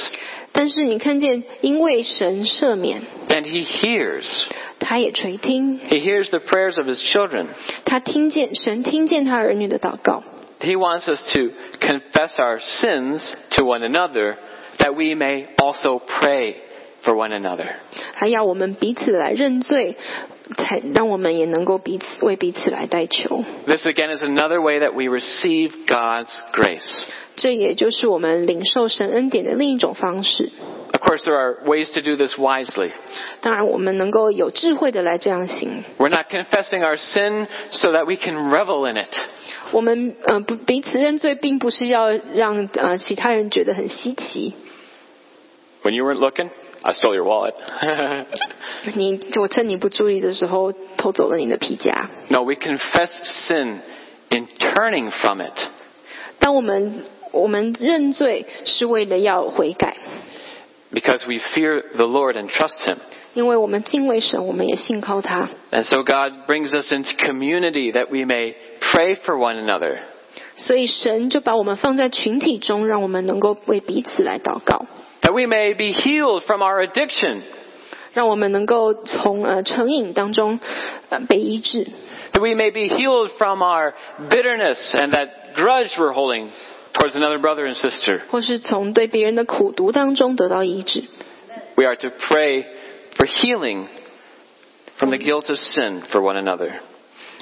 [SPEAKER 3] 但是你看见，因为神赦免，
[SPEAKER 2] and he hears.
[SPEAKER 3] 他也垂听，
[SPEAKER 2] He hears the prayers of his children.
[SPEAKER 3] 他听见神听见他儿女的祷告。
[SPEAKER 2] He wants us to confess our sins to one another that we may also pray for one another.
[SPEAKER 3] 还要我们彼此来认罪，才让我们也能够彼此为彼此来代求。
[SPEAKER 2] This again is another way that we receive God's grace.
[SPEAKER 3] 这也就是我们领受神恩典的另一种方式。
[SPEAKER 2] Of course, there are ways to do this wisely.
[SPEAKER 3] 当然，我们能够有智慧的来这样行。
[SPEAKER 2] We're not confessing our sin so that we can revel in it.
[SPEAKER 3] 我们呃不彼此认罪，并不是要让呃其他人觉得很稀奇。
[SPEAKER 2] When you weren't looking, I stole your wallet.
[SPEAKER 3] 你我趁你不注意的时候偷走了你的皮夹。
[SPEAKER 2] no, we confess sin in turning from it.
[SPEAKER 3] 当我们我们认罪是为了要悔改，
[SPEAKER 2] because we fear the Lord and trust Him.
[SPEAKER 3] 因为我们敬畏神，我们也信靠他，
[SPEAKER 2] And so God brings us into community that we may pray for one another.
[SPEAKER 3] 所以神就把我们放在群体中，让我们能够为彼此来祷告，
[SPEAKER 2] That we may be healed from our addiction.
[SPEAKER 3] 让我们能够从呃成瘾当中呃被医治，
[SPEAKER 2] That we may be healed from our bitterness and that grudge we're holding towards another brother and sister.
[SPEAKER 3] 或是从对别人的苦读当中得到医治。
[SPEAKER 2] We are to pray for healing from the guilt of sin for one another.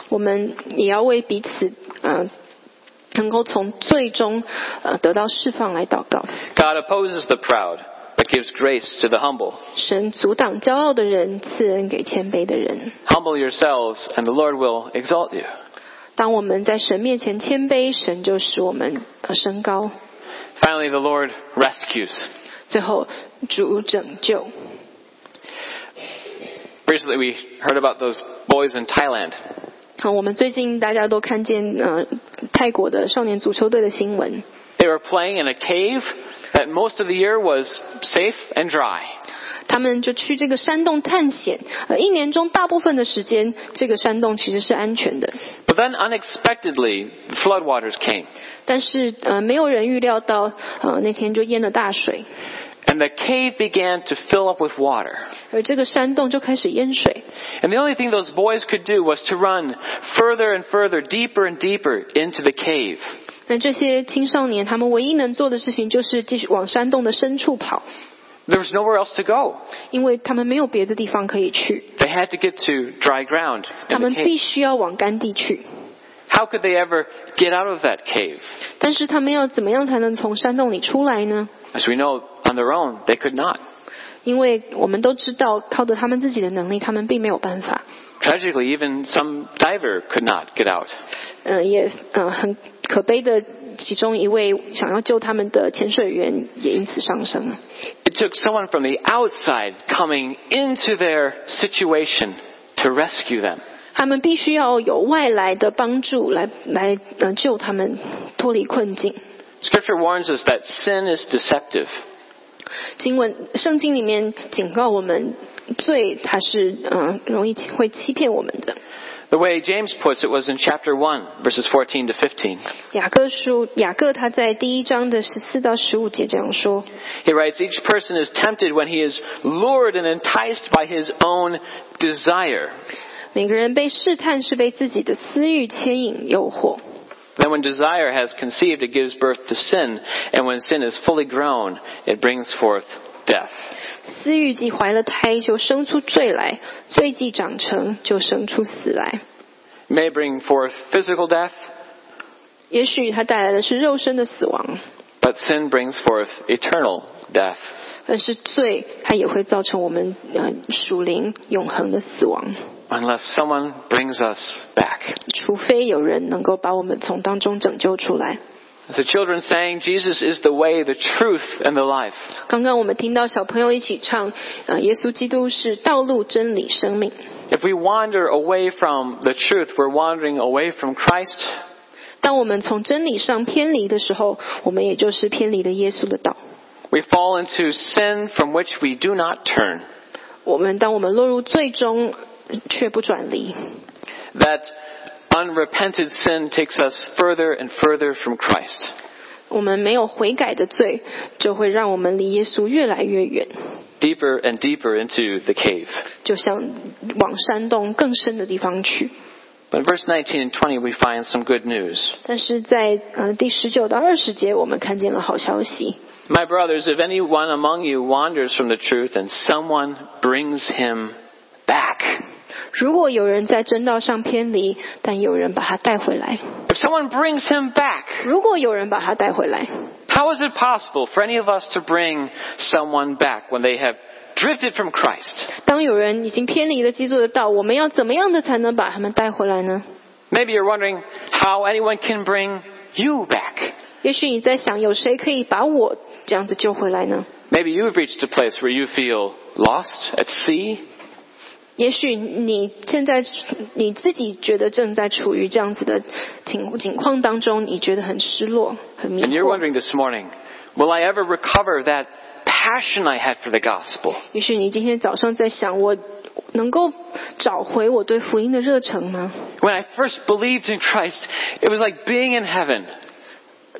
[SPEAKER 3] 我们也要为彼此呃能够从最终呃得到释放来祷告。
[SPEAKER 2] God opposes the proud, but gives grace to the humble.
[SPEAKER 3] 神阻挡骄傲的人，赐恩给谦卑的人。
[SPEAKER 2] Humble yourselves, and the Lord will exalt you.
[SPEAKER 3] 当我们在神面前谦卑，神就使我们呃升高。
[SPEAKER 2] Finally, the Lord rescues.
[SPEAKER 3] 最后，主拯救。
[SPEAKER 2] Recently, we heard about those boys in Thailand.
[SPEAKER 3] 好，我们最近大家都看见呃泰国的少年足球队的新闻，
[SPEAKER 2] They were playing in a cave that most of the year was safe and dry.
[SPEAKER 3] 他们就去这个山洞探险。呃，一年中大部分的时间，这个山洞其实是安全的，
[SPEAKER 2] But then, unexpectedly, floodwaters came,
[SPEAKER 3] 但是呃没有人预料到呃那天就淹了大水，
[SPEAKER 2] and the cave began to fill up with water.
[SPEAKER 3] 而这个山洞就开始淹水。
[SPEAKER 2] And the only thing those boys could do was to run further and further, deeper and deeper into the cave.
[SPEAKER 3] 那这些青少年，他们唯一能做的事情就是继续往山洞的深处跑，
[SPEAKER 2] There was nowhere else to go.
[SPEAKER 3] 因为他们没有别的地方可以去，
[SPEAKER 2] They had to get to dry ground
[SPEAKER 3] 他
[SPEAKER 2] in the
[SPEAKER 3] 们必
[SPEAKER 2] cave.
[SPEAKER 3] 须要往干地去。
[SPEAKER 2] How could they ever get out of that cave?
[SPEAKER 3] 但是他们要怎么样才能从山洞里出来呢？
[SPEAKER 2] As we know, on their own, they could not.
[SPEAKER 3] 因为我们都知道，靠着他们自己的能力，他们并没有办法。
[SPEAKER 2] Tragically, even some diver could not get out.
[SPEAKER 3] 呃嗯、也嗯、呃很可悲的，其中一位想要救他们的潜水员也因此丧生了。
[SPEAKER 2] It took someone from the outside coming into their situation to rescue them.
[SPEAKER 3] 他们必须要有外来的帮助来来呃救他们脱离困境。
[SPEAKER 2] Scripture warns us that sin is deceptive.
[SPEAKER 3] 经文圣经里面警告我们，罪它是嗯、呃容易会欺骗我们的。
[SPEAKER 2] The way James puts it was in chapter 1, verses 14 to 15.
[SPEAKER 3] 雅各书雅各他在第一章的十四到十五节这样说：
[SPEAKER 2] He writes, Each person is tempted when he is lured and enticed by his own desire.
[SPEAKER 3] 每个人被试探是被自己的私欲牵引诱惑。
[SPEAKER 2] Then when desire has conceived, it gives birth to sin. And when sin is fully grown, it brings forth death.
[SPEAKER 3] 私欲既怀了胎，就生出罪来；罪既长成，就生出死来。
[SPEAKER 2] It may bring forth physical death,
[SPEAKER 3] 也许它带来的是肉身的死亡，
[SPEAKER 2] but sin brings forth eternal death.
[SPEAKER 3] 但是罪它也会造成我们呃属灵永恒的死亡，
[SPEAKER 2] Unless someone brings us back.
[SPEAKER 3] 除非有人能够把我们从当中拯救出来。
[SPEAKER 2] As the children sang, Jesus is the way, the truth, and the life.
[SPEAKER 3] 刚刚我们听到小朋友一起唱，呃，耶稣基督是道路、真理、生命。
[SPEAKER 2] If we wander away from the truth, we're wandering away from Christ,
[SPEAKER 3] 当我们从真理上偏离的时候，我们也就是偏离了耶稣的道。
[SPEAKER 2] We fall into sin from which we do not turn.
[SPEAKER 3] 我们当我们落入最终呃却不转离，
[SPEAKER 2] That unrepented sin takes us further and further from Christ.
[SPEAKER 3] 我们没有悔改的罪，就会让我们离耶稣越来越远，
[SPEAKER 2] Deeper and deeper into the cave.
[SPEAKER 3] 就像往山洞更深的地方去。
[SPEAKER 2] But in verse 19 and 20, we find some good news.
[SPEAKER 3] 但是在呃第十九到二十节，我们看见了好消息。
[SPEAKER 2] My brothers, if anyone among you wanders from the truth and someone brings him back,
[SPEAKER 3] 如果有人在真道上偏离，但有人把他带回来；
[SPEAKER 2] if someone brings him back,
[SPEAKER 3] 如果有人把他带回来，
[SPEAKER 2] how is it possible for any of us to bring someone back when they have drifted from Christ?
[SPEAKER 3] 当有人已经偏离了基督的道，我们要怎么样的才能把他们带回来呢？
[SPEAKER 2] Maybe you're wondering how anyone can bring you back.
[SPEAKER 3] 也许你在想，有谁可以把我这样子救回来呢？
[SPEAKER 2] Maybe you've reached a place where you feel lost, at sea,
[SPEAKER 3] 也许你现在你自己觉得正在处于这样子的情情况当中，你觉得很失落、很迷
[SPEAKER 2] and you're
[SPEAKER 3] 惑。
[SPEAKER 2] wondering this morning, will I ever recover that passion I had for the gospel?
[SPEAKER 3] 也许你今天早上在想，我能够找回我对福音的热忱吗？
[SPEAKER 2] When I first believed in Christ, it was like being in heaven.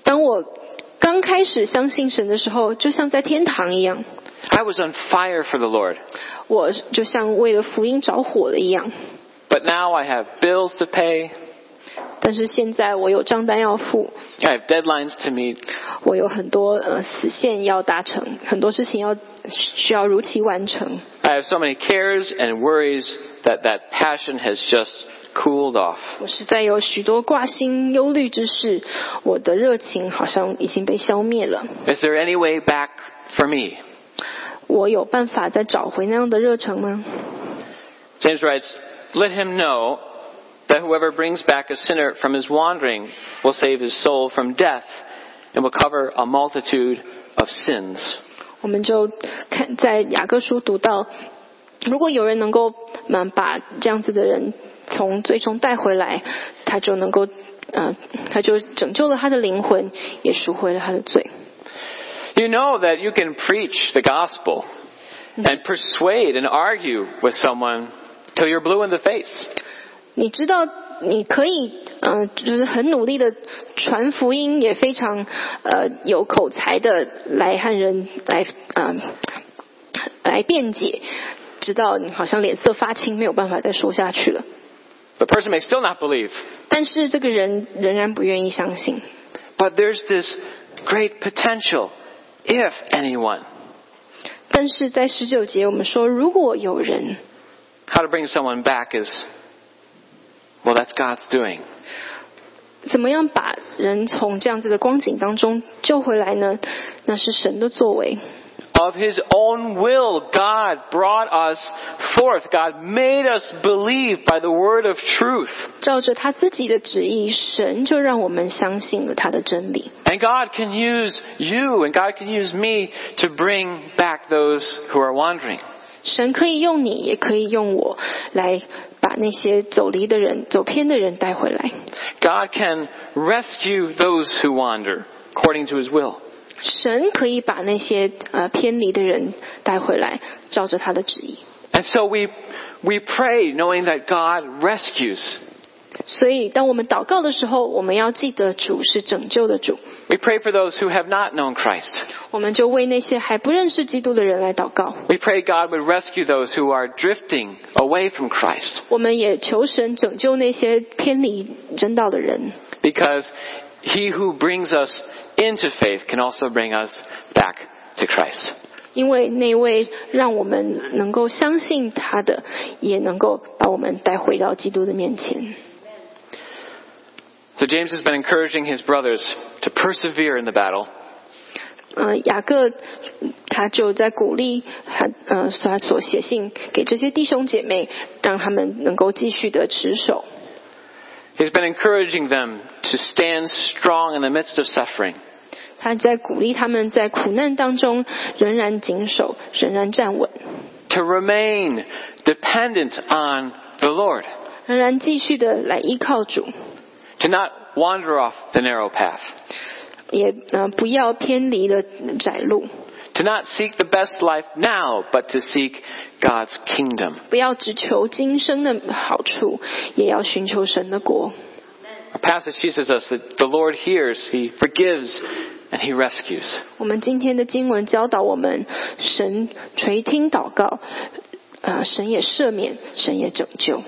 [SPEAKER 3] 当我刚开始相信神的时候，就像在天堂一样，
[SPEAKER 2] I was on fire for the Lord.
[SPEAKER 3] 我就像为了福音着火了一样。
[SPEAKER 2] But now I have bills to pay,
[SPEAKER 3] 但是现在我有账单要付，
[SPEAKER 2] I have deadlines to meet,
[SPEAKER 3] 我有很多呃死线要达成，很多事情要需要如期完成。
[SPEAKER 2] I have so many cares and worries that that passion has just cooled off.
[SPEAKER 3] 我实在有许多挂心忧虑之事，我的热情好像已经被消灭了。
[SPEAKER 2] Is there any way back for me?
[SPEAKER 3] 我有办法再找回那样的热忱吗？
[SPEAKER 2] James writes, Let him know that whoever brings back a sinner from his wandering will save his soul from death and will cover a multitude of sins.
[SPEAKER 3] 我们就看在雅各书读到，如果有人能够嗯把这样子的人从最终带回来，他就能够呃他就拯救了他的灵魂，也赎回了他的罪。
[SPEAKER 2] You know that you can preach the gospel and persuade and argue with someone till you're blue in the face.
[SPEAKER 3] 你知道，你可以，呃，就是很努力的传福音，也非常，呃，有口才的来和人来，呃，来辩解，直到你好像脸色发青，没有办法再说下去了。
[SPEAKER 2] The person may still not believe,
[SPEAKER 3] 但是这个人仍然不愿意相信，
[SPEAKER 2] but there's this great potential if anyone.
[SPEAKER 3] 但是在十九节我们说，如果有人，
[SPEAKER 2] How to bring someone back is, well, that's God's doing.
[SPEAKER 3] 怎么样把人从这样子的光景当中救回来呢？那是神的作为。
[SPEAKER 2] Of his own will, God brought us forth. God made us believe by the word of truth.
[SPEAKER 3] 照着他自己的旨意，神就让我们相信了他的真理。
[SPEAKER 2] And God can use you and God can use me to bring back those who are wandering.
[SPEAKER 3] 神可以用你，也可以用我，来把那些走离的人、走偏的人带回来。
[SPEAKER 2] God can rescue those who wander according to his will.
[SPEAKER 3] 神可以把那些呃偏离的人带回来，照着他的旨意。
[SPEAKER 2] And so we, we pray knowing that God rescues.
[SPEAKER 3] 所以，当我们祷告的时候，我们要记得主是拯救的主，
[SPEAKER 2] We pray for those who have not known Christ.
[SPEAKER 3] 我们就为那些还不认识基督的人来祷告。
[SPEAKER 2] We pray God would rescue those who are drifting away from Christ
[SPEAKER 3] 我们也求神拯救那些偏离真道的人，
[SPEAKER 2] because he who brings us into faith can also bring us back to Christ.
[SPEAKER 3] 因为那位让我们能够相信他的，也能够把我们带回到基督的面前。
[SPEAKER 2] So James has been encouraging his brothers to persevere in the battle
[SPEAKER 3] 呃，雅各嗯他就在鼓励他呃他所写信给这些弟兄姐妹，让他们能够继续的持守。
[SPEAKER 2] He's been encouraging them to stand strong in the midst of suffering.
[SPEAKER 3] 他在鼓励他们在苦难当中仍然谨守，仍然站稳，
[SPEAKER 2] To remain dependent on the Lord.
[SPEAKER 3] 仍然继续的来依靠主，
[SPEAKER 2] To not wander off the narrow path.
[SPEAKER 3] 也呃不要偏离了窄路，
[SPEAKER 2] To not seek the best life now, but to seek God's kingdom.
[SPEAKER 3] 不要只求今生的好处，也要寻求神的国。
[SPEAKER 2] Our passage teaches us that the Lord hears, He forgives, and He rescues.
[SPEAKER 3] 我们今天的经文教导我们，神垂听祷告，呃，神也赦免，神也拯救。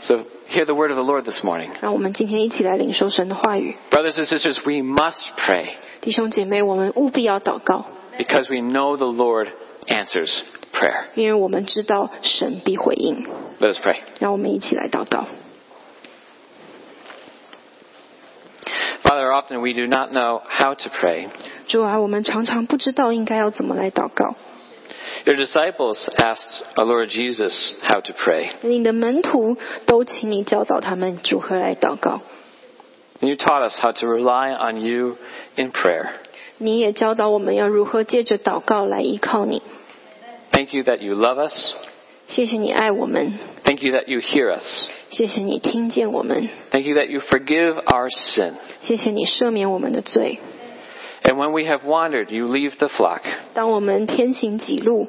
[SPEAKER 2] So hear the word of the Lord this morning.
[SPEAKER 3] 让我们今天一起来领受神的话语，
[SPEAKER 2] Brothers and sisters, we must pray
[SPEAKER 3] 弟兄姐妹，我们务必要祷告，
[SPEAKER 2] because we know the Lord answers prayer.
[SPEAKER 3] 因为我们知道神必回应。
[SPEAKER 2] Let us pray.
[SPEAKER 3] 让我们一起来祷告。
[SPEAKER 2] Father, often we do not know how to pray.
[SPEAKER 3] 主啊，我们常常不知道应该要怎么来祷告。
[SPEAKER 2] Your disciples asked our Lord Jesus how to pray.
[SPEAKER 3] 你的门徒都请你教导他们如何来祷告，
[SPEAKER 2] And you taught us how to rely on you in prayer.
[SPEAKER 3] 你也教导我们要如何借着祷告来依靠你。
[SPEAKER 2] Thank you that you love us.
[SPEAKER 3] 谢谢你爱我们，
[SPEAKER 2] Thank you that you hear us.
[SPEAKER 3] 谢谢你听见我们，
[SPEAKER 2] Thank you that you forgive our sin.
[SPEAKER 3] 谢谢你赦免我们的罪。
[SPEAKER 2] And when we have wandered, you leave the flock.
[SPEAKER 3] 当我们偏行己路，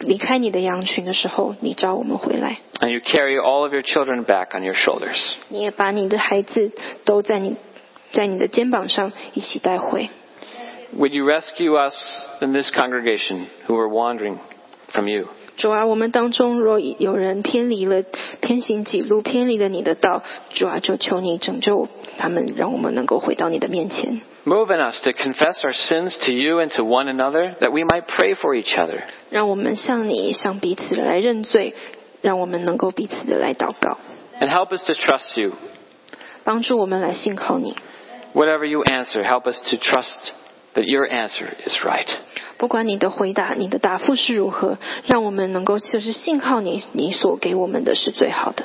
[SPEAKER 3] 离开你的羊群的时候，你召我们回来，
[SPEAKER 2] And you carry all of your children back on your shoulders.
[SPEAKER 3] 你也把你的孩子都在你在你的肩膀上一起带回。
[SPEAKER 2] Would you rescue us in this congregation who are wandering from you?
[SPEAKER 3] 主啊，我们当中若有人偏离了偏行己路，偏离了你的道，主啊，就求你拯救他们，让我们能够回到你的面前。
[SPEAKER 2] Move in us to confess our sins to you and to one another that we might pray for each other.
[SPEAKER 3] 让我们向你，向彼此的来认罪，让我们能够彼此的来祷告，
[SPEAKER 2] And help us to trust you.
[SPEAKER 3] 帮助我们来信靠你。
[SPEAKER 2] Whatever you answer, help us to trust that your answer is right.
[SPEAKER 3] 不管你的回答、你的答复是如何，让我们能够就是信靠你，你所给我们的是最好的。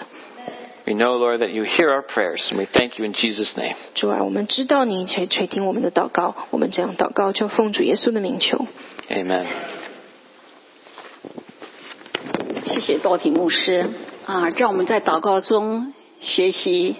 [SPEAKER 2] We know, Lord, that you hear our prayers, and we thank you in Jesus' name.
[SPEAKER 3] 主啊，我们知道你垂垂听我们的祷告，我们这样祷告就奉主耶稣的名求。
[SPEAKER 2] Amen.
[SPEAKER 4] 谢谢道体牧师啊，让我们在祷告中学习